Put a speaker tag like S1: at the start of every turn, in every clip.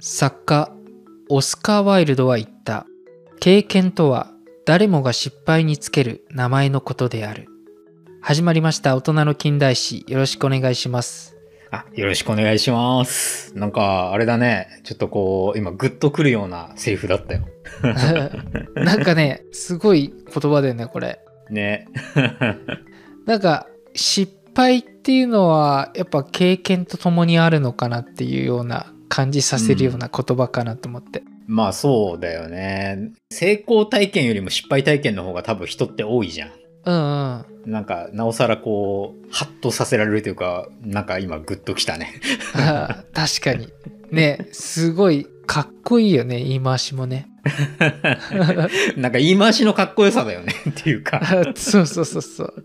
S1: 作家オスカー・ワイルドは言った経験とは誰もが失敗につける名前のことである始まりました大人の近代史よろしくお願いします
S2: あ、よろしくお願いします。なんか、あれだね。ちょっとこう、今、グッとくるようなセリフだったよ。
S1: なんかねすごい言葉だよねこれ
S2: ね。
S1: なんか失敗っていうのはやっぱ経験とともにあるのかなっていうような感じさせるような言葉かなと思って、
S2: まあ、そうだよね。成功体験よりも失敗体験の方が多分人って多いじゃん。
S1: うん、うんうん
S2: なんか、なおさらこう、ハッとさせられるというか、なんか今、グッときたね。
S1: あー 確かにねすごいかっこいいよね言い回しもね
S2: なんか言い回しのかっこよさだよね。っていうか。
S1: あそうそうそうそう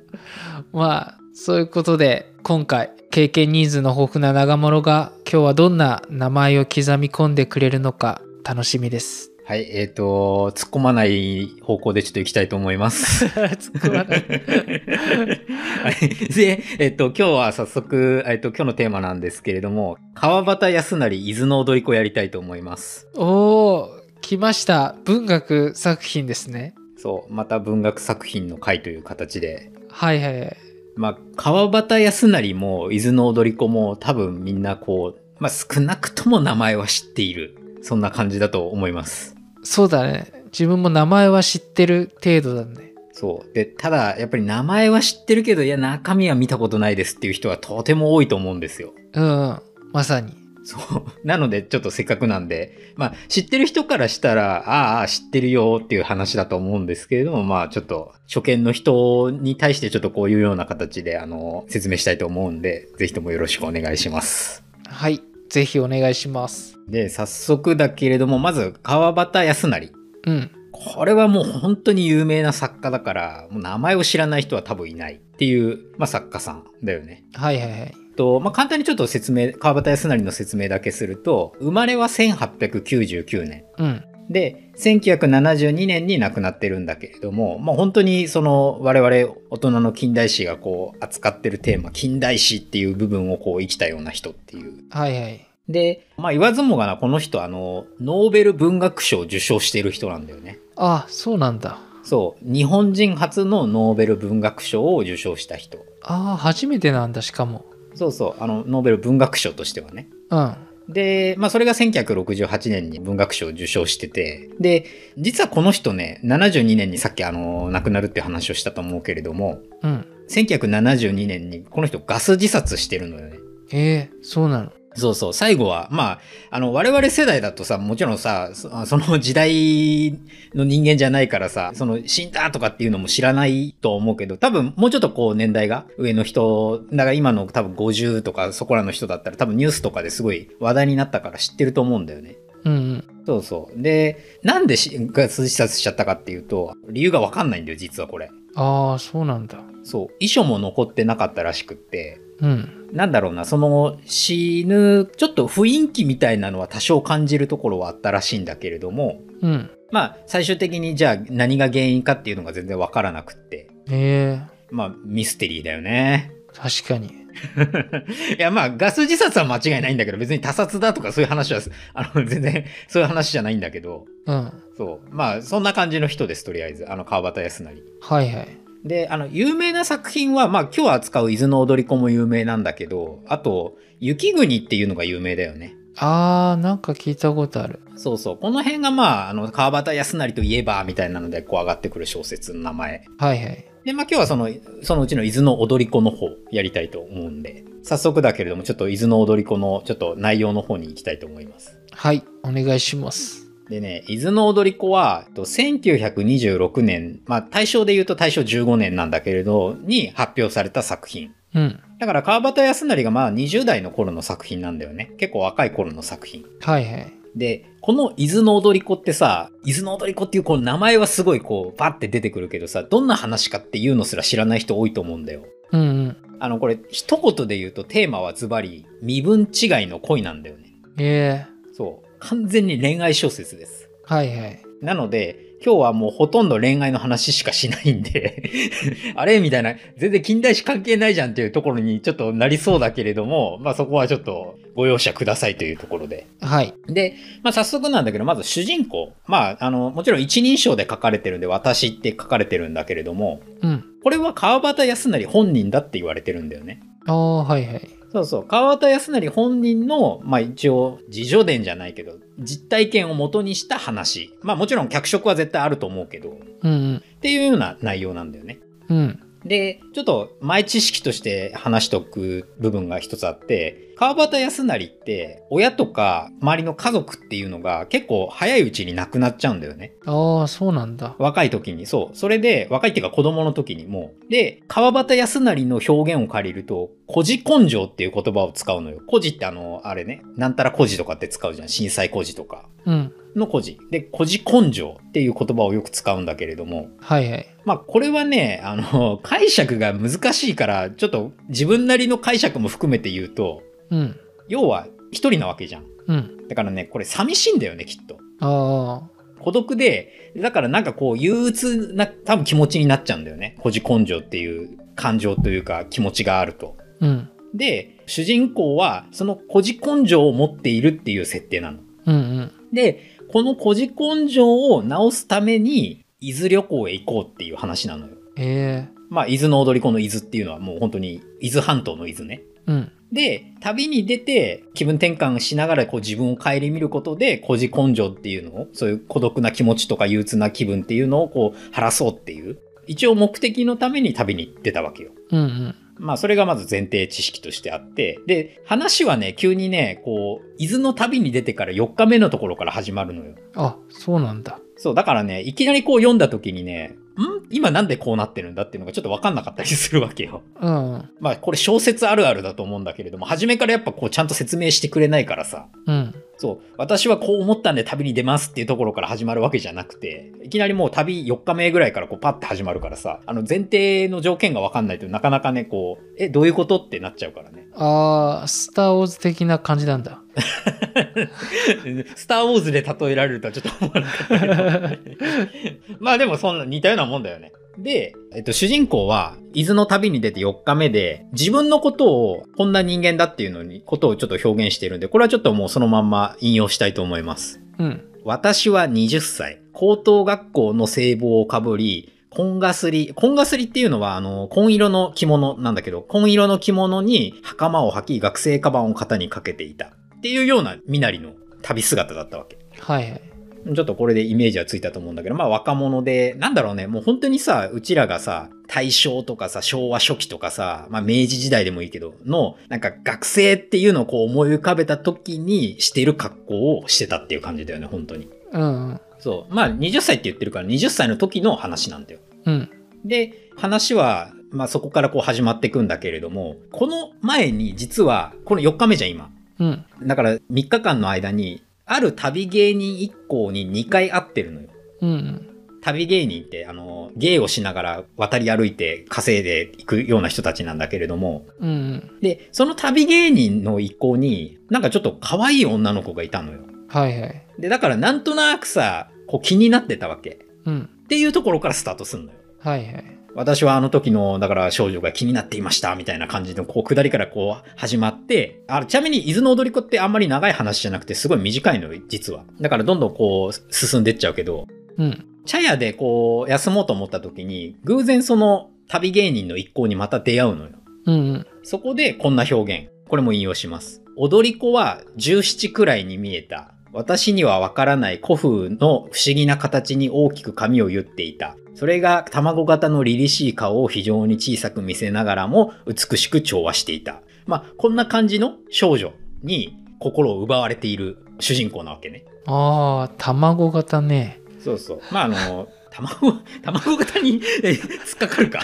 S1: まあそういうことで今回経験ニーズの豊富な長諸が今日はどんな名前を刻み込んでくれるのか楽しみです
S2: はい、えっ、と、突っ込まない方向でちょっと行きたいと思います。 はい。で、えっと、今日は早速、えっと、今日のテーマなんですけれども、川端康成、伊豆の踊り子やりたいと思います。
S1: おお来ました文学作品ですね
S2: そう、また文学作品の回という形で。
S1: はいはいはい
S2: まあ、川端康成も伊豆の踊り子も多分みんなこう、まあ少なくとも名前は知っている。そんな感じだと思います。
S1: そうだね自分も名前は知ってる程度だね
S2: そう。で、ただ、やっぱり名前は知ってるけど、いや、中身は見たことないですっていう人はとても多いと思うんですよ。
S1: うんうんまさに
S2: そう。 なので、ちょっとせっかくなんで、まあ、知ってる人からしたら、ああああ、知ってるよっていう話だと思うんですけれども、まあ、ちょっと、初見の人に対してちょっとこういうような形で、あの、説明したいと思うんで、ぜひともよろしくお願いします。
S1: はいぜひお願いします
S2: で、早速だけれども、まず、川端康成。
S1: うん
S2: これはもう本当に有名な作家だから、もう名前を知らない人は多分いないっていう、まあ、作家さんだよね。
S1: はいはいはい
S2: と、まあ、簡単にちょっと説明、川端康成の説明だけすると、生まれは1899年。
S1: うん
S2: で、1972年に亡くなってるんだけれども、まあ、本当にその我々大人の近代史がこう扱ってるテーマ、近代史っていう部分をこう生きたような人っていう。
S1: はいはい
S2: で、まあ、言わずもがな、この人あの、ノーベル文学賞を受賞してる人なんだよね。
S1: あそうなんだ
S2: そう。日本人初のノーベル文学賞を受賞した人。
S1: ああ初めてなんだしかも
S2: そうそう。あの、ノーベル文学賞としてはね。
S1: うん
S2: で、まあ、それが1968年に文学賞を受賞してて、で、実はこの人ね、72年にさっきあの、亡くなるっていう話をしたと思うけれども、
S1: うん
S2: 1972年にこの人ガス自殺してるのよね。
S1: えー、そうなの
S2: そうそう、最後は、まあ、あの、我々世代だとさ、もちろんさ、そその時代の人間じゃないからさ、その死んだとかっていうのも知らないと思うけど、多分もうちょっとこう年代が上の人、だから今の多分50とかそこらの人だったら多分ニュースとかですごい話題になったから知ってると思うんだよね。
S1: うんうん
S2: そうそう。で、なんでしガス自殺しちゃったかっていうと、理由がわかんないんだよ、実はこれ。
S1: ああそうなんだ
S2: そう。遺書も残ってなかったらしくって、
S1: うん
S2: なんだろうな、その死ぬ、ちょっと雰囲気みたいなのは多少感じるところはあったらしいんだけれども、
S1: うん
S2: まあ、最終的にじゃあ何が原因かっていうのが全然わからなくって、
S1: え
S2: まあ、ミステリーだよね。
S1: ー、確かに
S2: いや、まあ、ガス自殺は間違いないんだけど、別に他殺だとかそういう話は、あの、全然、そういう話じゃないんだけど、
S1: うん
S2: そう。まあ、そんな感じの人です、とりあえず。あの、川端康成。
S1: はいはい
S2: で、あの、有名な作品は、まあ、今日扱う伊豆の踊り子も有名なんだけど、あと、雪国っていうのが有名だよね。
S1: あーなんか聞いたことある
S2: そうそう。この辺が、まあ、あの、川端康成といえば、みたいなので、こう上がってくる小説の名前。
S1: はいはい
S2: で、まあ、今日はその、そのうちの伊豆の踊り子の方、やりたいと思うんで、早速だけれども、ちょっと伊豆の踊り子の、ちょっと内容の方に行きたいと思います。
S1: はいお願いします
S2: でね、伊豆の踊り子は、えっと1926年、まあ大正で言うと大正15年なんだけれど、に発表された作品。
S1: うん
S2: だから川端康成がまあ20代の頃の作品なんだよね。結構若い頃の作品。
S1: はいはい
S2: で、この伊豆の踊り子ってさ、伊豆の踊り子っていうこの名前はすごいこうバッて出てくるけどさ、どんな話かっていうのすら知らない人多いと思うんだよ。
S1: うんうん
S2: あのこれ一言で言うとテーマはズバリ身分違いの恋なんだよね。
S1: え
S2: そう。完全に恋愛小説です。
S1: ー、はいはい
S2: なので、今日はもうほとんど恋愛の話しかしないんで あれみたいな、全然近代史関係ないじゃんっていうところにちょっとなりそうだけれども、まあそこはちょっとご容赦くださいというところで。
S1: はい。
S2: で、まあ早速なんだけど、まず主人公。まああの、もちろん一人称で書かれてるんで、私って書かれてるんだけれども、
S1: うん。
S2: これは川端康成本人だって言われてるんだよね。
S1: ああ、はいはい。
S2: そうそう。川端康成本人の、まあ一応、自叙伝じゃないけど、実体験を元にした話。まあもちろん脚色は絶対あると思うけど、っ
S1: うん
S2: ていうような内容なんだよね。
S1: うん。うん。
S2: で、ちょっと前知識として話しておく部分が一つあって、川端康成って、親とか周りの家族っていうのが結構早いうちに亡くなっちゃうんだよね。
S1: ああ、そうなんだ。
S2: 若い時に、そう。それで、若いっていうか子供の時にもう。で、川端康成の表現を借りると、孤児根性っていう言葉を使うのよ。孤児ってあの、あれね、なんたら孤児とかって使うじゃん。震災孤児とか
S1: うん。
S2: の孤児。で、孤児根性っていう言葉をよく使うんだけれども、
S1: はいはい。
S2: まあこれはね、あの、解釈が難しいから、ちょっと自分なりの解釈も含めて言うと、
S1: うん。
S2: 要は一人なわけじゃん。
S1: うん。
S2: だからね、これ寂しいんだよね、きっと。
S1: あ
S2: 孤独で、だからなんかこう憂鬱な多分気持ちになっちゃうんだよね。孤児根性っていう感情というか気持ちがあると。
S1: あ。うん。
S2: で、主人公はその孤児根性を持っているっていう設定なの。
S1: うんうん。
S2: で、この孤児根性を治すために伊豆旅行へ行こうっていう話なのよ。
S1: ええ
S2: まあ伊豆の踊り子の伊豆っていうのはもう本当に伊豆半島の伊豆ね。
S1: うん。
S2: で、旅に出て気分転換しながらこう自分を顧みることで、孤児根性っていうのを、そういう孤独な気持ちとか憂鬱な気分っていうのをこう晴らそうっていう、一応目的のために旅に出たわけよ。
S1: うんうん。
S2: まあそれがまず前提知識としてあって、で、話はね、急にね、こう、伊豆の旅に出てから4日目のところから始まるのよ。
S1: あ、そうなんだ。
S2: そう、だからね、いきなりこう読んだ時にね、ん今なんでこうなってるんだっていうのがちょっとわかんなかったりするわけよ。
S1: うんうん。
S2: まあこれ小説あるあるだと思うんだけれども、初めからやっぱこうちゃんと説明してくれないからさ、
S1: うん。
S2: そう、私はこう思ったんで旅に出ますっていうところから始まるわけじゃなくて、いきなりもう旅4日目ぐらいからこうパッて始まるからさ、あの前提の条件がわかんないとなかなかね、こう、え、どういうことってなっちゃうからね。
S1: ああ、スター・ウォーズ的な感じなんだ。
S2: スターウォーズで例えられるとはちょっと思わなかったけど。 まあでもそんな似たようなもんだよね。で、えっと、主人公は、伊豆の旅に出て4日目で、自分のことを、こんな人間だっていうのに、ことをちょっと表現しているんで、これはちょっともうそのまんま引用したいと思います。
S1: うん。
S2: 私は20歳、高等学校の制帽をかぶり、紺がすり、紺がすりっていうのは、あの、紺色の着物なんだけど、紺色の着物に袴を履き、学生カバンを肩にかけていた。っていうような身なりの旅姿だったわけ。
S1: はいはい。
S2: ちょっとこれでイメージはついたと思うんだけど、まあ若者で、なんだろうね、もう本当にさ、うちらがさ、大正とかさ、昭和初期とかさ、まあ明治時代でもいいけど、の、なんか学生っていうのをこう思い浮かべた時にしてる格好をしてたっていう感じだよね、本当に。
S1: うんうん。
S2: そう。まあ20歳って言ってるから20歳の時の話なんだよ。
S1: うん。
S2: で、話は、まあそこからこう始まっていくんだけれども、この前に実は、この4日目じゃん、今。
S1: うん。
S2: だから3日間の間に、ある旅芸人一行に2回会ってるのよ。
S1: うんうん。
S2: 旅芸人って、あの、芸をしながら渡り歩いて稼いでいくような人たちなんだけれども、
S1: うんうん。
S2: で、その旅芸人の一行に、なんかちょっと可愛い女の子がいたのよ。
S1: はいはい。
S2: で、だからなんとなくさ、こう気になってたわけ。
S1: うん。
S2: っていうところからスタートすんのよ。
S1: はいはい。
S2: 私はあの時の、だから少女が気になっていました、みたいな感じの、こう、下りからこう、始まって、あちなみに、伊豆の踊り子ってあんまり長い話じゃなくて、すごい短いのよ、実は。だからどんどんこう、進んでっちゃうけど、
S1: うん。
S2: 茶屋でこう、休もうと思った時に、偶然その旅芸人の一行にまた出会うのよ。
S1: うんうん。
S2: そこでこんな表現。これも引用します。踊り子は17くらいに見えた。私にはわからない古風の不思議な形に大きく髪を結っていた。それが卵型の凛々しい顔を非常に小さく見せながらも美しく調和していた。まあ、こんな感じの少女に心を奪われている主人公なわけね。
S1: ああ、卵型ね。
S2: そうそう。まあ、あの、卵、卵型にえ突っかかるか。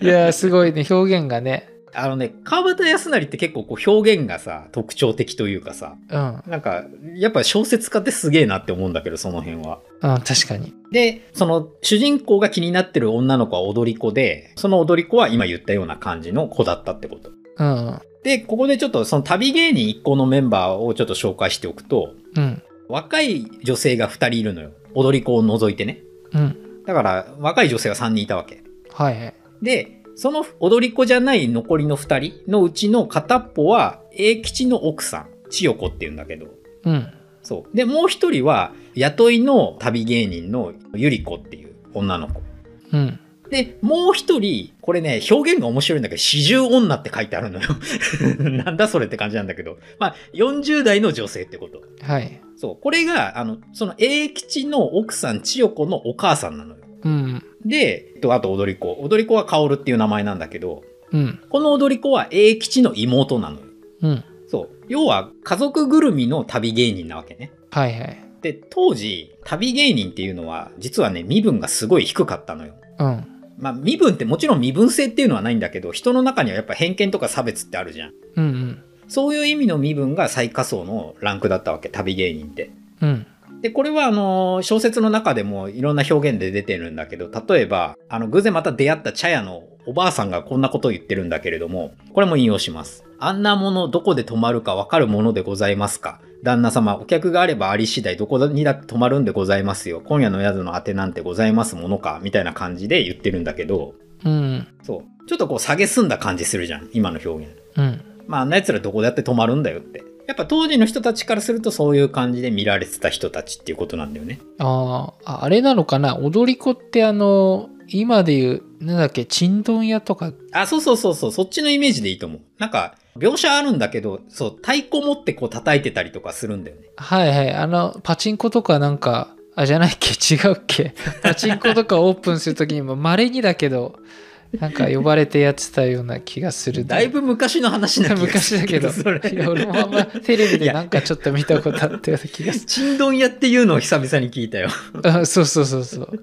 S1: いやー、すごいね。表現がね。
S2: あのね、川端康成って結構こう表現がさ、特徴的というかさ、
S1: うん。うん、
S2: なんか、やっぱ小説家ってすげえなって思うんだけど、その辺は。
S1: 確かに。
S2: で、その主人公が気になってる女の子は踊り子で、その踊り子は今言ったような感じの子だったってこと。
S1: うん。
S2: で、ここでちょっとその旅芸人一行のメンバーをちょっと紹介しておくと、
S1: うん。
S2: 若い女性が二人いるのよ。踊り子を除いてね。
S1: うん。
S2: だから、若い女性は3人いたわけ。
S1: はいはい。
S2: で、その踊り子じゃない残りの2人のうちの片っぽは、永吉の奥さん、千代子って言うんだけど、
S1: うん。
S2: そう。で、もう一人は、雇いの旅芸人のゆり子っていう女の子。
S1: うん。
S2: で、もう一人、これね、表現が面白いんだけど、四十女って書いてあるのよ。 なんだそれって感じなんだけど。まあ、40代の女性ってこと。
S1: はい。
S2: そう。これが、あの、その永吉の奥さん、千代子のお母さんなのよ。
S1: うん。
S2: で、えっとあと踊り子。踊り子は薫っていう名前なんだけど、
S1: うん。
S2: この踊り子は永吉の妹なのよ。
S1: うん。
S2: そう。要は、家族ぐるみの旅芸人なわけね。
S1: はいはい。
S2: で、当時、旅芸人っていうのは、実はね、身分がすごい低かったのよ。
S1: うん。
S2: まあ、身分ってもちろん身分性っていうのはないんだけど、人の中にはやっぱ偏見とか差別ってあるじゃん。
S1: うんうん。
S2: そういう意味の身分が最下層のランクだったわけ、旅芸人って。
S1: うん。
S2: で、これはあのー、小説の中でもいろんな表現で出てるんだけど、例えば、あの、偶然また出会った茶屋のおばあさんがこんなことを言ってるんだけれども、これも引用します。あんなものどこで泊まるかわかるものでございますか旦那様、お客があればあり次第どこにだって泊まるんでございますよ。今夜の宿のあてなんてございますものかみたいな感じで言ってるんだけど、
S1: うん。
S2: そう。ちょっとこう、下げすんだ感じするじゃん、今の表現。
S1: うん。
S2: まあ、あんな奴らどこだって泊まるんだよって。やっぱ当時の人たちからするとそういう感じで見られてた人たちっていうことなんだよね。
S1: あーあ、あれなのかな踊り子ってあの、今で言う、なんだっけ、ちんどん屋とか。
S2: あ、そうそうそうそう、そっちのイメージでいいと思う。なんか、描写あるんだけど、そう、太鼓持ってこう叩いてたりとかするんだよね。
S1: はいはい。あの、パチンコとかなんか、あ、じゃないっけ違うっけパチンコとかオープンするときにも、稀にだけど、なんか呼ばれてやってたような気がする。
S2: だいぶ昔の話な気が
S1: 昔
S2: する
S1: だけど、
S2: それ。
S1: いや俺もあんまテレビでなんかちょっと見たことあったような気がす
S2: ちんどん屋っていうのを久々に聞いたよ。
S1: る。あ そうそうそうそう。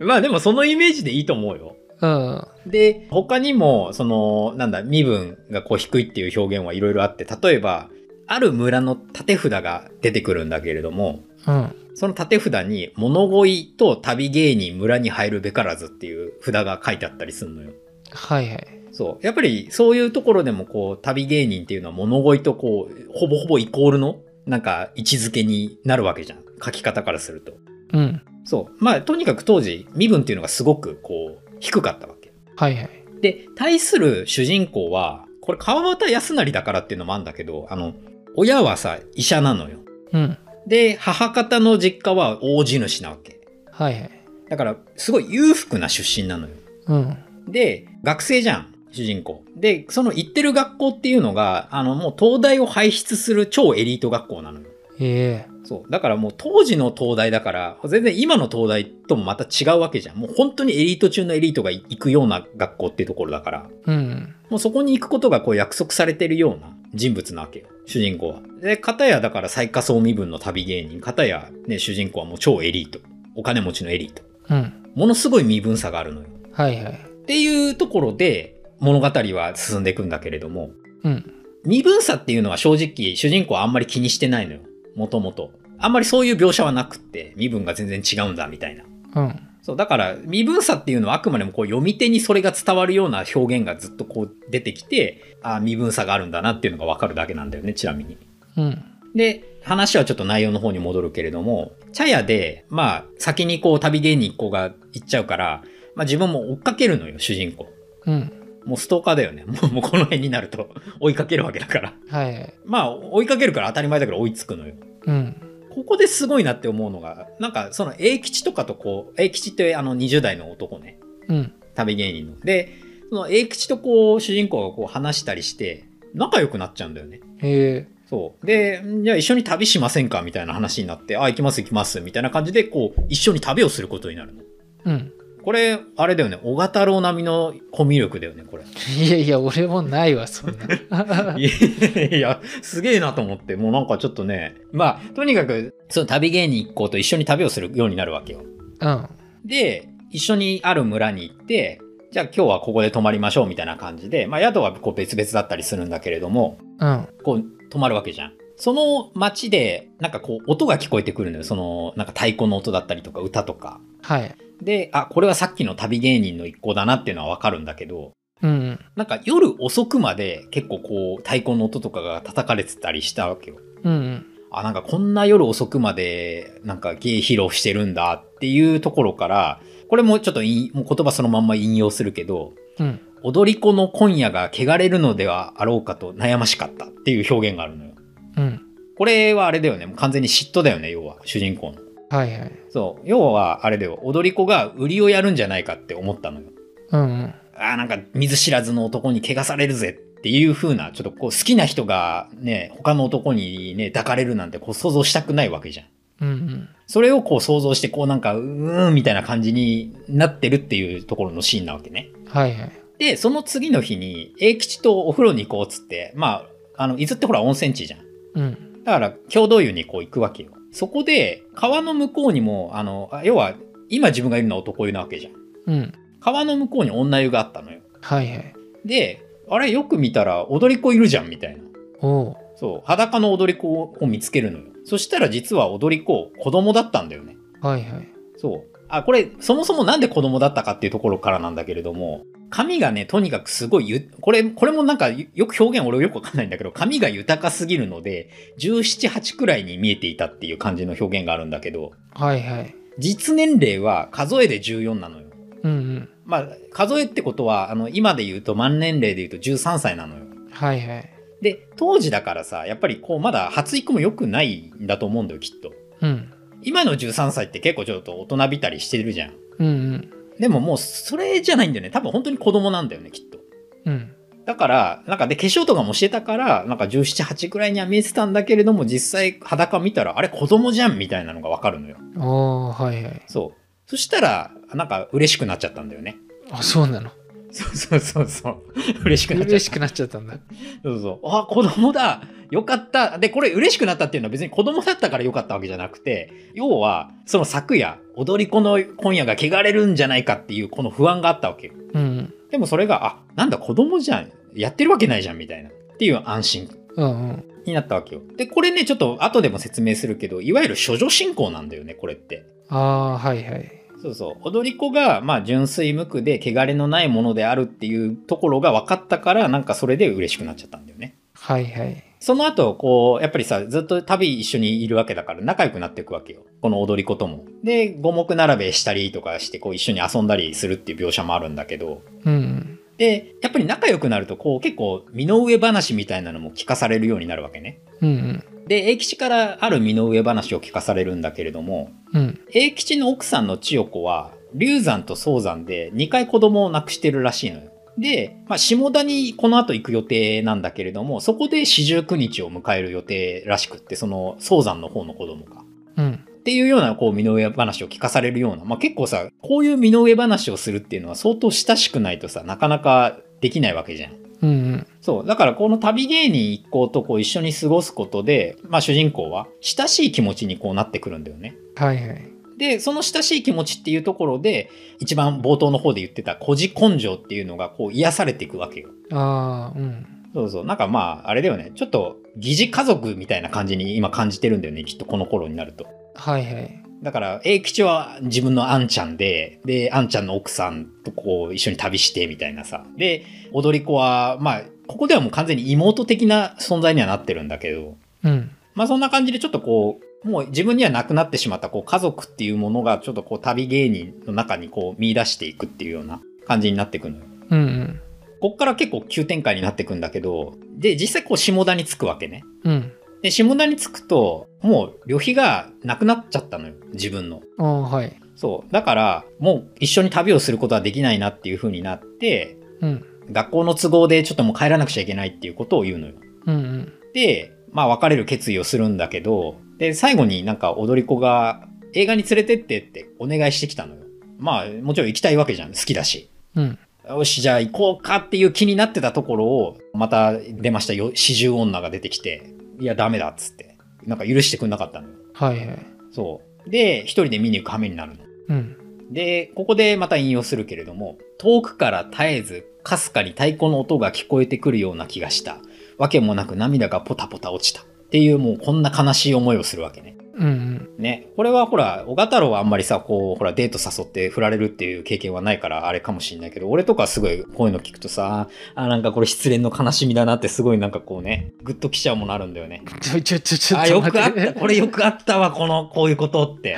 S2: まあでもそのイメージでいいと思うよ。
S1: うん。
S2: で、他にも、その、なんだ、身分がこう低いっていう表現はいろいろあって、例えば、ある村の縦札が出てくるんだけれども、
S1: うん。
S2: その縦札に、物乞いと旅芸人村に入るべからずっていう札が書いてあったりするのよ。
S1: はいはい。
S2: そう。やっぱりそういうところでもこう、旅芸人っていうのは物乞いとこう、ほぼほぼイコールの、なんか位置づけになるわけじゃん。書き方からすると。
S1: うん。
S2: そう。まあ、とにかく当時、身分っていうのがすごくこう、低かったわけ。
S1: はいはい。
S2: で、対する主人公は、これ川端康成だからっていうのもあるんだけど、あの、親はさ、医者なのよ。
S1: うん。
S2: で、母方の実家は大地主なわけ。
S1: はいはい。
S2: だから、すごい裕福な出身なのよ。
S1: うん。
S2: で、学生じゃん、主人公。で、その行ってる学校っていうのが、あの、もう東大を輩出する超エリート学校なのよ。
S1: ええ
S2: そう。だからもう当時の東大だから、全然今の東大ともまた違うわけじゃん。もう本当にエリート中のエリートが行くような学校っていうところだから、
S1: うん。
S2: もうそこに行くことがこう約束されてるような人物なわけよ。主人公は。で、片やだから最下層身分の旅芸人、片やね、主人公はもう超エリート。お金持ちのエリート。
S1: うん。
S2: ものすごい身分差があるのよ。
S1: はいはい。
S2: っていうところで物語は進んでいくんだけれども、
S1: うん。
S2: 身分差っていうのは正直主人公はあんまり気にしてないのよ。もともと。あんまりそういう描写はなくって、身分が全然違うんだみたいな。
S1: うん。
S2: そう、だから身分差っていうのはあくまでもこう読み手にそれが伝わるような表現がずっとこう出てきて、あー身分差があるんだなっていうのがわかるだけなんだよね、ちなみに。
S1: うん。
S2: で、話はちょっと内容の方に戻るけれども、茶屋で、まあ、先にこう旅芸人一行が行っちゃうから、まあ自分も追っかけるのよ、主人公。
S1: うん。
S2: もうストーカーだよね。 もうもうこの辺になると 追いかけるわけだから。
S1: はいはい。
S2: まあ追いかけるから当たり前だけど追いつくのよ。
S1: うん。
S2: ここですごいなって思うのが、なんかその永吉とかとこう、永吉ってあの20代の男ね、
S1: うん。
S2: 旅芸人の。で、その永吉とこう主人公がこう話したりして、仲良くなっちゃうんだよね。
S1: ええ
S2: そう。で、んじゃあ一緒に旅しませんかみたいな話になって、あ、行きます行きます、みたいな感じでこう、一緒に旅をすることになるの。
S1: うん。
S2: これ、あれだよね、小型郎並みのコミュ力だよね、これ。
S1: いやいや、俺もないわ、そんな。
S2: いやいや、すげえなと思って、もうなんかちょっとね、まあ、とにかく、その旅芸人一行と一緒に旅をするようになるわけよ。
S1: うん。
S2: で、一緒にある村に行って、じゃあ今日はここで泊まりましょうみたいな感じで、まあ宿はこう別々だったりするんだけれども、
S1: うん。
S2: こう泊まるわけじゃん。その街で、なんかこう音が聞こえてくるのよ。その、なんか太鼓の音だったりとか歌とか。
S1: はい。
S2: で、あ、これはさっきの旅芸人の一行だなっていうのはわかるんだけど、
S1: うん。
S2: なんか夜遅くまで結構こう太鼓の音とかが叩かれてたりしたわけよ。
S1: うん。
S2: あ、なんかこんな夜遅くまでなんか芸披露してるんだっていうところから、これもちょっといもう言葉そのまんま引用するけど、
S1: うん。
S2: 踊り子の今夜が汚れるのではあろうかと悩ましかったっていう表現があるのよ。
S1: うん。
S2: これはあれだよね。もう完全に嫉妬だよね、要は。主人公の。
S1: はいはい。
S2: そう。要はあれだよ。踊り子が売りをやるんじゃないかって思ったのよ。
S1: うんうん。
S2: あーなんか見ず知らずの男に汚されるぜっていう風な、ちょっとこう好きな人がね、他の男にね、抱かれるなんてこう想像したくないわけじゃん。
S1: うんうん。
S2: それをこう想像してこうなんか、うーんみたいな感じになってるっていうところのシーンなわけね。
S1: はいはい。
S2: で、その次の日に、英吉とお風呂に行こうっつって、まあ、あの、伊豆ってほら温泉地じゃん。
S1: うん。
S2: だから、共同湯にこう行くわけよ。そこで、川の向こうにも、あの、あ要は、今自分がいるのは男湯なわけじゃん。
S1: うん。
S2: 川の向こうに女湯があったのよ。
S1: はいはい。
S2: で、あれよく見たら踊り子いるじゃんみたいな。
S1: おう。
S2: そう、裸の踊り子を見つけるのよ。そしたら実は踊り子、子供だったんだよね。
S1: はいはい。
S2: そう。あ、これ、そもそもなんで子供だったかっていうところからなんだけれども、髪がね、とにかくすごいゆ、これ、これもなんかよよく表現俺よくわかんないんだけど、髪が豊かすぎるので、17、8くらいに見えていたっていう感じの表現があるんだけど、
S1: はいはい。
S2: 実年齢は数えで14なのよ。
S1: うん
S2: まあ、数えってことは、あの、今で言うと満年齢で言うと13歳なのよ。
S1: うん。はいはい。
S2: で、当時だからさ、やっぱりこう、まだ発育も良くないんだと思うんだよ、きっと。
S1: うん。
S2: 今の13歳って結構ちょっと大人びたりしてるじゃん。
S1: うんうん。
S2: でももうそれじゃないんだよね。多分本当に子供なんだよね、きっと。
S1: うん。
S2: だから、なんかで、化粧とかもしてたから、なんか17、8くらいには見えてたんだけれども、実際裸見たら、あれ子供じゃんみたいなのがわかるのよ。
S1: おうはいはい。
S2: そう。そしたら、なんか嬉しくなっちゃったんだよね。
S1: あ、そう なの。
S2: そうそうそうそう。嬉しくなっちゃ
S1: 嬉
S2: っ
S1: しくなっちゃったんだ。
S2: た。そうそう。あ、子供だよかった。で、これ嬉しくなったっていうのは別に子供だったからよかったわけじゃなくて、要は、その昨夜、踊り子の今夜が汚れるんじゃないかっていう、この不安があったわけよ。
S1: うん。
S2: でもそれが、あ、なんだ子供じゃん。やってるわけないじゃん、みたいな。っていう安心
S1: うんうん。
S2: になったわけよ。で、これね、ちょっと後でも説明するけど、いわゆる処女信仰なんだよね、これって。
S1: ああ、はいはい。
S2: そうそう。踊り子が、まあ、純粋無垢で、汚れのないものであるっていうところが分かったから、なんかそれで嬉しくなっちゃったんだよね。
S1: はいはい。
S2: その後、こう、やっぱりさ、ずっと旅一緒にいるわけだから仲良くなっていくわけよ。この踊り子とも。で、五目並べしたりとかして、こう一緒に遊んだりするっていう描写もあるんだけど、
S1: うんうん。
S2: で、やっぱり仲良くなると、こう結構身の上話みたいなのも聞かされるようになるわけね。
S1: うんうん。
S2: で、英吉からある身の上話を聞かされるんだけれども、
S1: うん。
S2: 英吉の奥さんの千代子は、流産と早産で2回子供を亡くしてるらしいのよ。で、まあ、下田にこの後行く予定なんだけれども、そこで四十九日を迎える予定らしくって、その早産の方の子供が。
S1: うん。
S2: っていうような、こう、身の上話を聞かされるような、まあ、結構さ、こういう身の上話をするっていうのは相当親しくないとさ、なかなかできないわけじゃん。
S1: うんうん。
S2: そう。だからこの旅芸人一行とこう一緒に過ごすことで、まあ主人公は親しい気持ちにこうなってくるんだよね。
S1: はいはい。
S2: で、その親しい気持ちっていうところで、一番冒頭の方で言ってた孤児根性っていうのがこう癒されていくわけよ。
S1: ああ、うん。
S2: そうそう。なんかまあ、あれだよね。ちょっと疑似家族みたいな感じに今感じてるんだよね。きっとこの頃になると。
S1: はいはい。
S2: だから、英吉は自分のあんちゃんで、で、あんちゃんの奥さんとこう一緒に旅してみたいなさ。で、踊り子は、まあ、ここではもう完全に妹的な存在にはなってるんだけど、
S1: うん。
S2: まあそんな感じでちょっとこう、もう自分にはなくなってしまったこう家族っていうものがちょっとこう旅芸人の中にこう見出していくっていうような感じになってくのよ。
S1: うんうん。
S2: こっから結構急展開になってくんだけど、で、実際こう下田に着くわけね。
S1: うん。
S2: で、下田に着くと、もう旅費がなくなっちゃったのよ。自分の。
S1: ああ、はい。
S2: そう。だから、もう一緒に旅をすることはできないなっていう風になって、
S1: うん。
S2: 学校の都合でちょっともう帰らなくちゃいけないっていうことを言うのよ。
S1: うんうん。
S2: で、まあ別れる決意をするんだけど、で、最後になんか踊り子が映画に連れてってってお願いしてきたのよ。まあもちろん行きたいわけじゃん。好きだし。
S1: うん。
S2: よし、じゃあ行こうかっていう気になってたところを、また出ましたよ。四十女が出てきて、いやダメだっつって。なんか許してくんなかったのよ。
S1: はいはい。
S2: そう。で、一人で見に行く羽目になるの。
S1: うん。
S2: で、ここでまた引用するけれども、遠くから絶えず、かすかに太鼓の音が聞こえてくるような気がした。わけもなく涙がポタポタ落ちた。っていうもうこんな悲しい思いをするわけね。
S1: ううんうん。
S2: ね。これはほら、小太郎はあんまりさ、こう、ほら、デート誘って振られるっていう経験はないから、あれかもしんないけど、俺とかすごい、こういうの聞くとさ、あ、なんかこれ失恋の悲しみだなって、すごいなんかこうね、グッときちゃうものあるんだよね。
S1: ちょ、ちょ、ちょ、ちょ、
S2: あ、
S1: ちょ
S2: よ
S1: っと
S2: くあ
S1: 待
S2: っ
S1: って
S2: た、これよくあったわ、この、こういうことって。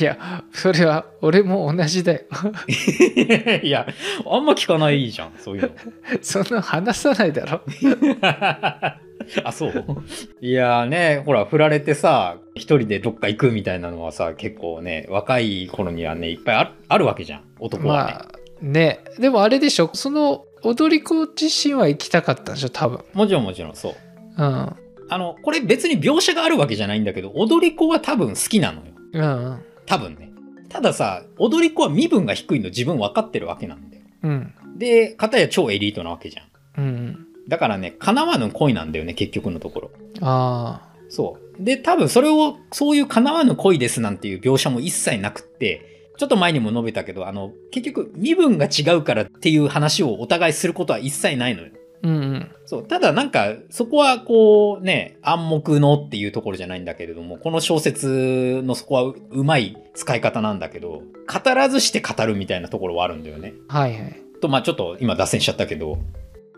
S1: いや、それは俺も同じだよ。
S2: いや、あんま聞かないじゃん、そういうの。
S1: そんな話さないだろ。
S2: あ、そういやーね、ほら、振られてさ、一人でどっか行くみたいなのはさ、結構ね、若い頃にはね、いっぱいあるあるわけじゃん、男はね。
S1: まあ、ね。でもあれでしょ、その踊り子自身は行きたかったんでしょ、多分。
S2: もちろんもちろん、そう。
S1: うん。
S2: あの、これ別に描写があるわけじゃないんだけど、踊り子は多分好きなのよ。
S1: うんうん。
S2: 多分ね。たださ、踊り子は身分が低いの自分分かってるわけなんだよ。
S1: うん。
S2: で、片や超エリートなわけじゃ
S1: う
S2: ん。
S1: んうん。
S2: だからね、叶わぬ恋なんだよね、結局のところ。
S1: あ
S2: そう。で、多分それを、そういう叶わぬ恋ですなんていう描写も一切なくって、ちょっと前にも述べたけど、あの、結局、身分が違うからっていう話をお互いすることは一切ないのよ。
S1: あ。うんうん。
S2: そう。ただなんか、そこはこうね、暗黙のっていうところじゃないんだけれども、この小説のそこはううまい使い方なんだけど、語らずして語るみたいなところはあるんだよね。
S1: はいはい。
S2: と、まあちょっと今脱線しちゃったけど、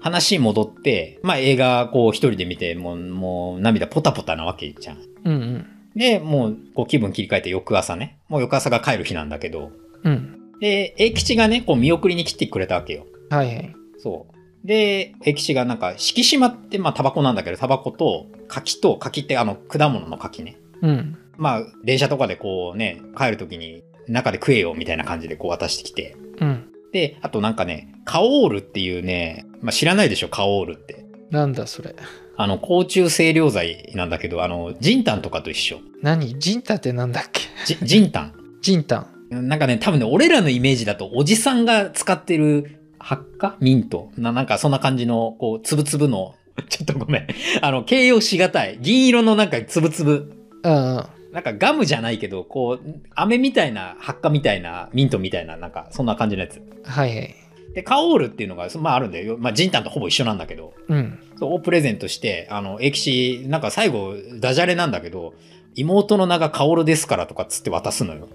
S2: 話に戻って、まあ映画こう一人で見て、もう、もう涙ポタポタなわけじゃん。
S1: うんうん。
S2: で、もうこう気分切り替えて翌朝ね、もう翌朝が帰る日なんだけど、
S1: うん。
S2: で、英吉がね、こう見送りに来てくれたわけよ。
S1: はいはい。
S2: そう。で、歴史がなんか、敷島って、まあ、タバコなんだけど、タバコと、柿と、柿ってあの、果物の柿ね。
S1: うん。
S2: まあ、電車とかでこうね、帰るときに、中で食えよ、みたいな感じでこう渡してきて。
S1: うん。
S2: で、あとなんかね、カオールっていうね、まあ、知らないでしょ、カオールって。
S1: なんだそれ。
S2: あの、甲虫清涼剤なんだけど、あの、ジンタンとかと一緒。
S1: 何ジンタってなんだっけ
S2: ジジンタン。
S1: ジンタン。
S2: なんかね、多分ね、俺らのイメージだと、おじさんが使ってる、発火ミントな、なんかそんな感じの、こう、つぶつぶの、ちょっとごめん。 あの、形容しがたい。銀色のなんかつぶつぶ。
S1: うんうん。
S2: なんかガムじゃないけど、こう、飴みたいな、発火みたいな、ミントみたいな、なんかそんな感じのやつ。
S1: はいはい。
S2: で、カオールっていうのが、そまああるんだよ。まあ、ジンタンとほぼ一緒なんだけど、
S1: うん。
S2: そうをプレゼントして、あの、駅士、なんか最後、ダジャレなんだけど、妹の名がカオルですからとかっつって渡すのよ。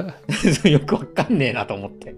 S2: よくわかんねえなと思って。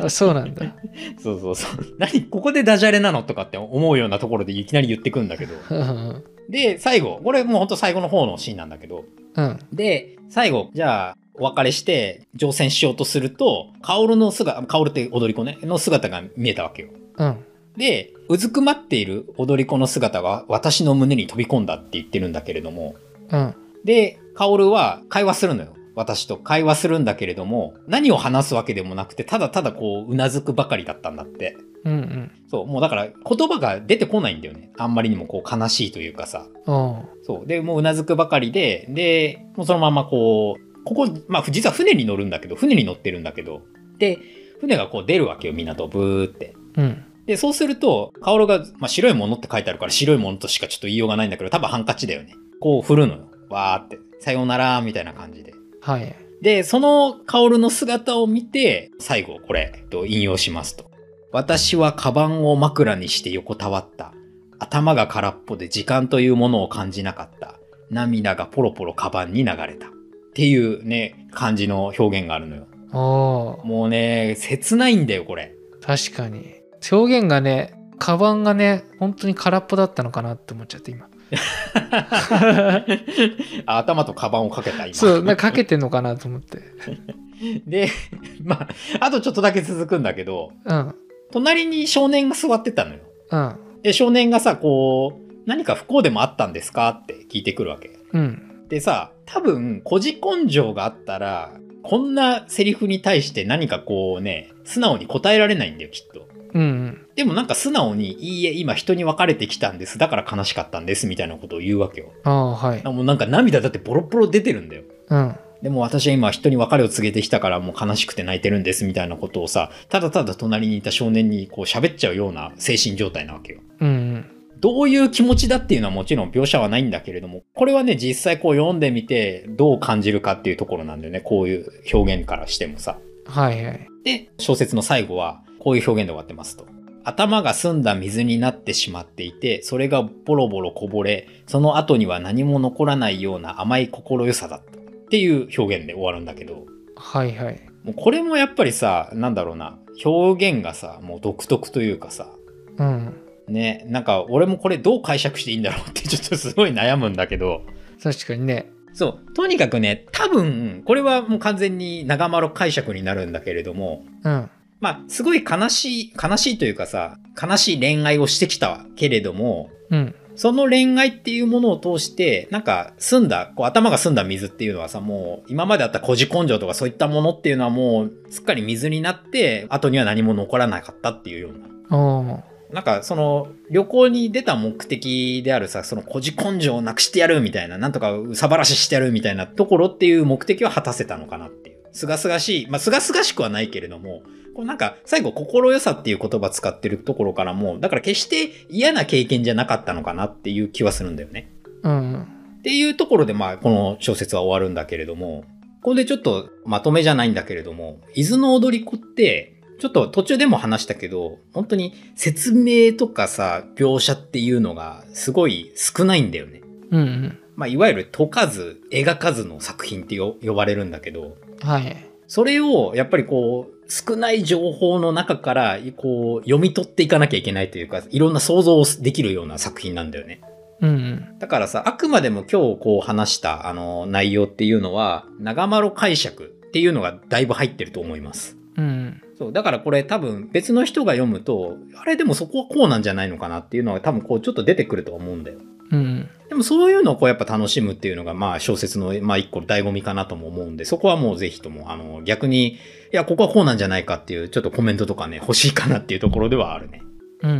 S1: あそうなんだ。
S2: そうそうそう。 何ここでダジャレなのとかって思うようなところでいきなり言ってくんだけど。
S1: うんうん
S2: で、最後、これもうほんと最後の方のシーンなんだけど。
S1: うん。
S2: で、最後、じゃあ、お別れして、乗船しようとすると、カオルの姿、カオルって踊り子ね、の姿が見えたわけよ。
S1: うん。
S2: で、うずくまっている踊り子の姿が私の胸に飛び込んだって言ってるんだけれども、
S1: うん。
S2: で、カオルは会話するのよ。私と会話するんだけれども、何を話すわけでもなくて、ただただこう、うなずくばかりだったんだって。
S1: うんうん。
S2: そう、もうだから言葉が出てこないんだよね。あんまりにもこう悲しいというかさ。
S1: おう
S2: そう。で、もううなずくばかりで、で、もうそのままこう、ここ、まあ実は船に乗るんだけど、船に乗ってるんだけど、で、船がこう出るわけよ、港、ブーって。
S1: うん。
S2: で、そうすると、カオルが、まあ、白いものって書いてあるから白いものとしかちょっと言いようがないんだけど、多分ハンカチだよね。こう振るのよ。わーって。さようなら、みたいな感じで。
S1: はい。
S2: で、そのカオルの姿を見て、最後これ、えっと引用しますと。私はカバンを枕にして横たわった。頭が空っぽで時間というものを感じなかった。涙がポロポロカバンに流れた。っていうね、感じの表現があるのよ。
S1: おお
S2: もうね、切ないんだよ、こ れ。
S1: う確かに。表現がね、カバンがね、本当に空っぽだったのかなって思っちゃって今。
S2: あ頭とカバンをかけた、今。
S1: そう、なんかかけてんのかなと思って。
S2: で、まあ、あとちょっとだけ続くんだけど、
S1: うん。
S2: 隣に少年が座ってたのよ。
S1: うん。
S2: で、少年がさ、こう、何か不幸でもあったんですかって聞いてくるわけ。
S1: うん。
S2: でさ、多分、こじ根性があったら、こんなセリフに対して何かこうね、素直に答えられないんだよ、きっと。
S1: うんうん。
S2: でもなんか素直に、いいえ、今人に別れてきたんです。だから悲しかったんです。みたいなことを言うわけよ。
S1: ああ、はい。
S2: もうなんか涙だってボロボロ出てるんだよ。
S1: うん。
S2: でも私は今人に別れを告げてきたからもう悲しくて泣いてるんですみたいなことをさ、ただただ隣にいた少年にこう喋っちゃうような精神状態なわけよ。
S1: うんうん。
S2: どういう気持ちだっていうのはもちろん描写はないんだけれども、これはね、実際こう読んでみてどう感じるかっていうところなんだよね。こういう表現からしてもさ。
S1: はいはい。
S2: で、小説の最後はこういう表現で終わってますと。頭が澄んだ水になってしまっていて、それがボロボロこぼれ、その後には何も残らないような甘い心よさだった。っていう表現で終わるんだけど、
S1: はいはい。
S2: もうこれもやっぱりさ、なんだろうな、表現がさ、もう独特というかさ、
S1: うん。
S2: ね、なんか俺もこれどう解釈していいんだろうってちょっとすごい悩むんだけど、
S1: 確かにね。
S2: そう、とにかくね、多分、これはもう完全に長丸解釈になるんだけれども、
S1: うん。
S2: まあ、すごい悲しい、悲しいというかさ、悲しい恋愛をしてきたけれども、
S1: うん。
S2: その恋愛っていうものを通して、なんか、澄んだ、こう、頭が澄んだ水っていうのはさ、もう、今まであった孤児根性とかそういったものっていうのはもう、すっかり水になって、後には何も残らなかったっていうような。
S1: おー
S2: なんか、その、旅行に出た目的であるさ、その孤児根性をなくしてやるみたいな、なんとか、うさばらししてやるみたいなところっていう目的は果たせたのかなっていう。すがすがしい、まあ、すがすがしくはないけれども、こうなんか、最後、心よさっていう言葉使ってるところからも、だから決して嫌な経験じゃなかったのかなっていう気はするんだよね。
S1: うん。
S2: っていうところで、まあ、この小説は終わるんだけれども、ここでちょっとまとめじゃないんだけれども、伊豆の踊り子って、ちょっと途中でも話したけど、本当に説明とかさ、描写っていうのがすごい少ないんだよね。
S1: うんうん。
S2: まあ、いわゆる解かず、描かずの作品ってよ呼ばれるんだけど、
S1: はい。
S2: それをやっぱりこう、少ない情報の中から、こう、読み取っていかなきゃいけないというか、いろんな想像をできるような作品なんだよね。
S1: うんうん。
S2: だからさ、あくまでも今日こう話したあの内容っていうのは、長丸解釈っていうのがだいぶ入ってると思います。
S1: うん。
S2: そう、だからこれ多分別の人が読むと、あれでもそこはこうなんじゃないのかなっていうのは多分こうちょっと出てくると思うんだよ。
S1: うん。
S2: でもそういうのをこうやっぱ楽しむっていうのがまあ小説のまあ一個醍醐味かなとも思うんで、そこはもうぜひともあの逆に、いや、ここはこうなんじゃないかっていうちょっとコメントとかね、欲しいかなっていうところではあるね。
S1: うんう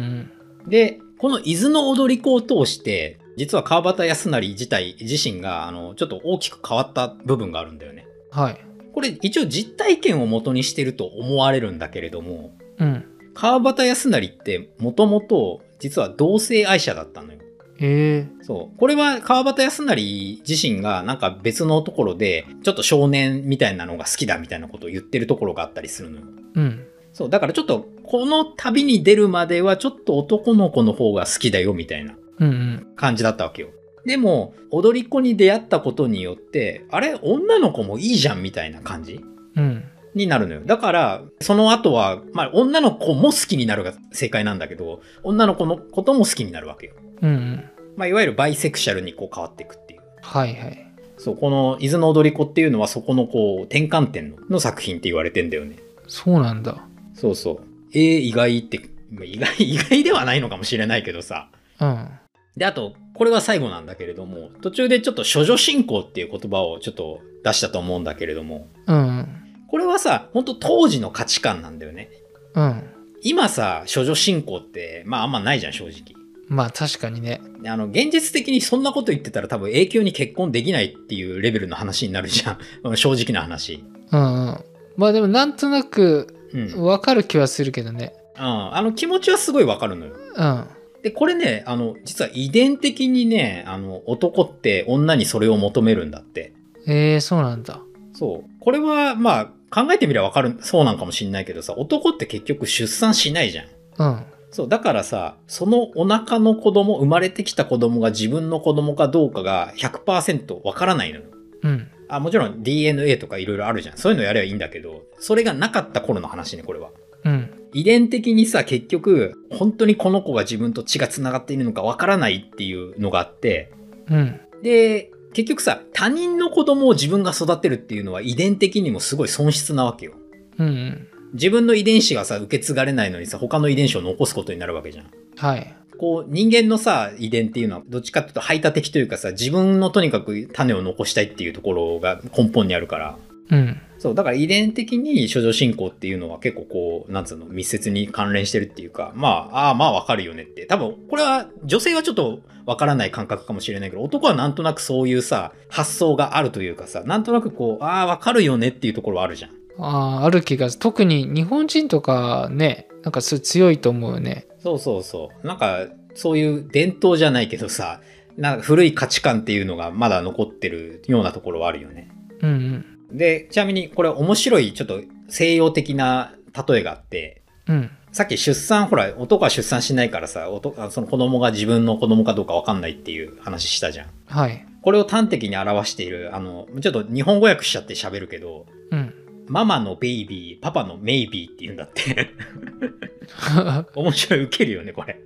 S1: ん。
S2: で、この伊豆の踊り子を通して、実は川端康成自体自身が、あの、ちょっと大きく変わった部分があるんだよね。
S1: はい。
S2: これ一応実体験を元にしてると思われるんだけれども、
S1: うん。
S2: 川端康成ってもともと実は同性愛者だったのよ。
S1: ええ
S2: そう。これは川端康成自身がなんか別のところで、ちょっと少年みたいなのが好きだみたいなことを言ってるところがあったりするのよ。
S1: うん。
S2: そう。だからちょっと、この旅に出るまではちょっと男の子の方が好きだよみたいな。
S1: うんうん。
S2: 感じだったわけよ。でも、踊り子に出会ったことによって、あれ、女の子もいいじゃんみたいな感じ
S1: うん。
S2: になるのよ。だから、その後は、まあ、女の子も好きになるが正解なんだけど、女の子のことも好きになるわけよ。
S1: うんうん。
S2: まあ、いわゆるバイセクシャルにこう変わっていくっていう。
S1: はいはい。
S2: そう、この伊豆の踊り子っていうのはそこのこう、転換点のの作品って言われてんだよね。
S1: そうなんだ。
S2: そうそう。えー、意外って、まあ意外、意外ではないのかもしれないけどさ。
S1: うん。
S2: で、あと、これは最後なんだけれども、途中でちょっと処女信仰っていう言葉をちょっと出したと思うんだけれども、
S1: うん。
S2: これはさ、ほんと当時の価値観なんだよね。
S1: うん。
S2: 今さ、処女信仰って、まああんまないじゃん、正直。
S1: まあ確かにね。
S2: あの、現実的にそんなこと言ってたら多分永久に結婚できないっていうレベルの話になるじゃん。うん 正直な話。
S1: うんうん。まあでもなんとなく
S2: うん。うん。
S1: わかる気はするけどね。
S2: あの、気持ちはすごいわかるのよ。
S1: うん。
S2: で、これね、あの、実は遺伝的にね、あの、男って女にそれを求めるんだって。
S1: ええそうなんだ。
S2: そう。これは、まあ、考えてみればわかる、そうなんかもしんないけどさ、男って結局出産しないじゃん。
S1: うん。
S2: そう、だからさ、そのお腹の子供、生まれてきた子供が自分の子供かどうかが100%わからないのよ。
S1: うん。
S2: あ、もちろん DNA とかいろいろあるじゃん。そういうのやればいいんだけど、それがなかった頃の話ね、これは。
S1: うん。
S2: 遺伝的にさ、結局、本当にこの子が自分と血が繋がっているのかわからないっていうのがあって、
S1: うん。
S2: で、結局さ、他人の子供を自分が育てるっていうのは遺伝的にもすごい損失なわけよ。
S1: うんうん。
S2: 自分の遺伝子がさ、受け継がれないのにさ、他の遺伝子を残すことになるわけじゃん。
S1: はい。
S2: こう、人間のさ、遺伝っていうのは、どっちかっていうと排他的というかさ、自分のとにかく種を残したいっていうところが根本にあるから。
S1: うん。
S2: そう、だから遺伝的に処女進行っていうのは結構こう、なんつうの、密接に関連してるっていうか、まあ、ああまあわかるよねって。多分、これは女性はちょっとわからない感覚かもしれないけど、男はなんとなくそういうさ、発想があるというかさ、なんとなくこう、ああわかるよねっていうところはあるじゃん。
S1: ああ、ある気が特に日本人とかね、なんかそう強いと思うよね。
S2: そうそうそう。なんか、そういう伝統じゃないけどさ、なんか古い価値観っていうのがまだ残ってるようなところはあるよね。
S1: うん
S2: で、ちなみにこれ面白いちょっと西洋的な例えがあって、
S1: うん。うん。
S2: さっき出産、ほら、男は出産しないからさ、男あその子供が自分の子供かどうかわかんないっていう話したじゃん。
S1: はい。
S2: これを端的に表している、あの、ちょっと日本語訳しちゃって喋るけど、
S1: うん。
S2: ママのベイビー、パパのメイビーって言うんだって。面白い、ウケるよね、これ。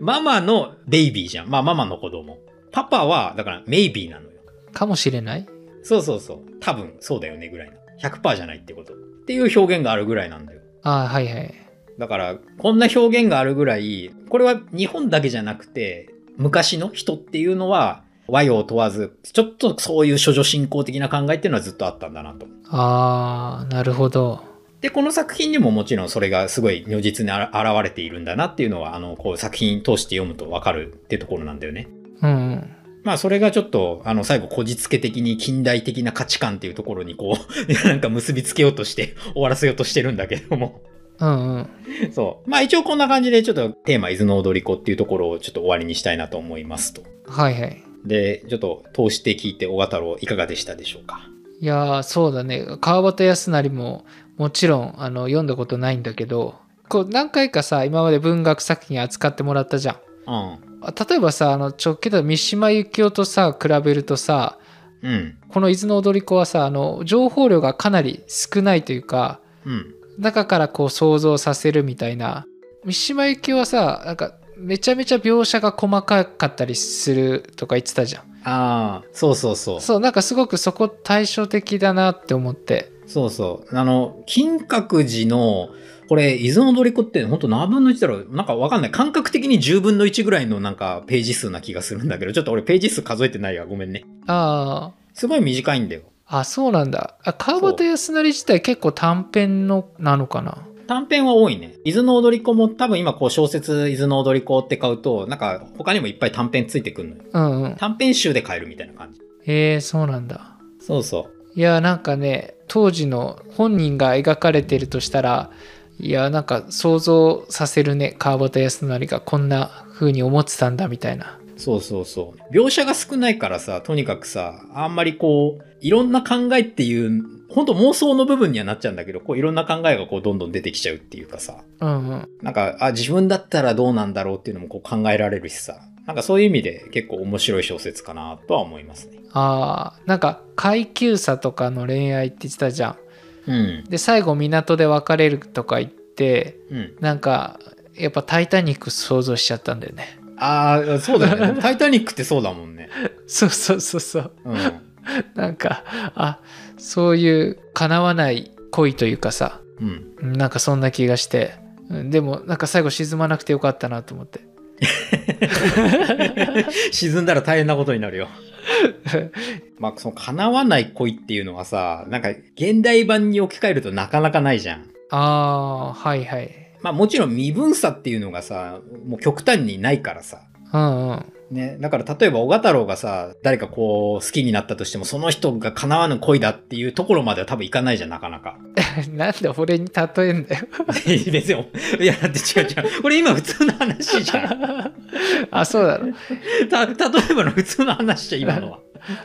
S2: ママのベイビーじゃん。まあ、ママの子供。パパは、だから、メイビーなのよ。
S1: かもしれない
S2: そうそうそう。多分、そうだよね、ぐらいの。100%じゃないってこと。っていう表現があるぐらいなんだよ。
S1: ああ、はいはい。
S2: だから、こんな表現があるぐらい、これは日本だけじゃなくて、昔の人っていうのは、和洋問わず、ちょっとそういう諸女信仰的な考えっていうのはずっとあったんだなと。
S1: ああ、なるほど。
S2: で、この作品にももちろんそれがすごい如実にあら現れているんだなっていうのは、あの、こう作品通して読むとわかるってところなんだよね。
S1: うんうん。
S2: まあそれがちょっと、あの、最後、こじつけ的に近代的な価値観っていうところにこう、 なんか結びつけようとして終わらせようとしてるんだけども。
S1: うんうん。
S2: そう。まあ一応こんな感じでちょっとテーマ、伊豆の踊り子っていうところをちょっと終わりにしたいなと思いますと。
S1: はいはい。
S2: で、ちょっと通して聞いて、小太郎いかがでしたでしょうか
S1: いやーそうだね川端康成ももちろんあの読んだことないんだけどこう何回かさ今まで文学作品扱ってもらったじゃん
S2: うん。
S1: あ例えばさあの直近だと三島由紀夫とさ比べるとさ
S2: うん。
S1: この「伊豆の踊り子」はさあの情報量がかなり少ないというか
S2: うん。
S1: 中からこう想像させるみたいな三島由紀夫はさなんかめちゃめちゃ描写が細かかったりするとか言ってたじゃん
S2: ああ、そうそうそう。
S1: そうなんかすごくそこ対照的だなって思って
S2: そうそう。あの、金閣寺の、これ、伊豆の踊り子って、ほんと何分の1だろうなんかわかんない。感覚的に10分の1ぐらいのなんかページ数な気がするんだけど、ちょっと俺ページ数数えてないわ。ごめんね。
S1: ああ
S2: すごい短いんだよ。
S1: あ、そうなんだ。あ川端康成自体結構短編のなのかな。
S2: 短編は多いね。伊豆の踊り子も多分今こう小説伊豆の踊り子って買うと、なんか他にもいっぱい短編ついてくるのよ。
S1: うんうん。
S2: 短編集で買えるみたいな感じ。
S1: へえ、そうなんだ。
S2: そうそ
S1: いや、なんかね、当時の本人が描かれてるとしたら、いや、なんか想像させるね、川端康成がこんな風に思ってたんだみたいな。
S2: う。そうそうそう。描写が少ないからさ、とにかくさ、あんまりこう、いろんな考えっていう、ほんと妄想の部分にはなっちゃうんだけど、こういろんな考えがこうどんどん出てきちゃうっていうかさ。
S1: うんうん。
S2: なんか、あ、自分だったらどうなんだろうっていうのもこう考えられるしさ。なんかそういう意味で結構面白い小説かなとは思いますね。
S1: ああ、なんか階級差とかの恋愛って言ってたじゃ
S2: う
S1: ん。。
S2: ん
S1: で、最後港で別れるとか言って、
S2: うん。
S1: なんか、やっぱタイタニック想像しちゃったんだよね。
S2: ああ、そうだよね。タイタニックってそうだもんね。
S1: そうそうそうそう。
S2: うん。
S1: なんかあそういう叶わない恋というかさ
S2: うん。
S1: うんなんかそんな気がしてうんでもなんか最後沈まなくてよかったなと思って
S2: 沈んだら大変なことになるよ。まあ、その叶わない恋っていうのはさ、なんか現代版に置き換えるとなかなかないじゃん。
S1: ああーはいはい
S2: まあもちろん身分差っていうのがさ、もう極端にないからさ。
S1: うんうん
S2: ね、だから例えば小太郎がさ、誰かこう好きになったとしても、その人が叶わぬ恋だっていうところまでは多分いかないじゃん、なかなか。
S1: なん で俺に例えんだよ
S2: 別に、いや、だって違う違う。これ今普通の話じゃん。
S1: あそうだろ
S2: た、例えばの普通の話じゃん、今のは。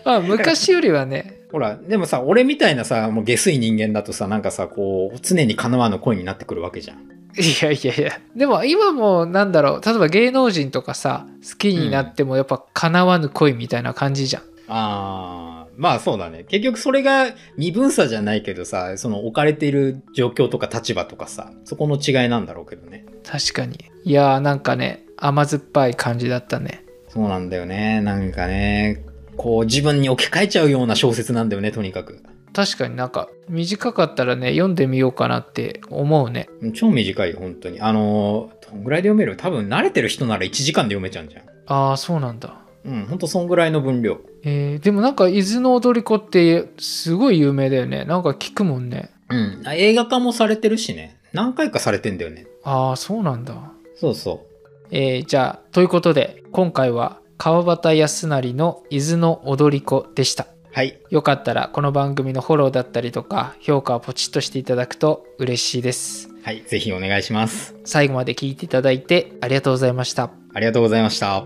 S1: まあ昔よりはね
S2: ほら、でもさ、俺みたいなさ、もう下水人間だとさ、なんかさ、こう、常に叶わぬ恋になってくるわけじゃん。
S1: いやいやいやでも今もなんだろう例えば芸能人とかさ好きになってもやっぱ叶わぬ恋みたいな感じじゃん、
S2: あー、まあそうだね。結局それが身分差じゃないけどさ、その置かれている状況とか立場とかさ、そこの違いなんだろうけどね。
S1: 確かにいやーなんかね甘酸っぱい感じだったね
S2: そうなんだよね。なんかね、こう自分に置き換えちゃうような小説なんだよね、とにかく。
S1: 確かになんか短かったらね読んでみようかなって思うね
S2: 超短いよ、本当に。あのー、どんぐらいで読める多分慣れてる人なら1時間で読めちゃうんじゃん。
S1: ああそうなんだ、
S2: うん、ほんとそんぐらいの分量。
S1: えーでもなんか伊豆の踊り子ってすごい有名だよねなんか聞くもんね
S2: うん。あ映画化もされてるしね。何回かされてんだよね。
S1: ああそうなんだ
S2: そうそ
S1: えーじゃあということで今回は川端康成の「伊豆の踊り子」でした
S2: う。はい。
S1: よかったらこの番組のフォローだったりとか評価をポチッとしていただくと嬉しいです
S2: はい。ぜひお願いします。
S1: 最後まで聞いていただいてありがとうございました
S2: ありがとうございました。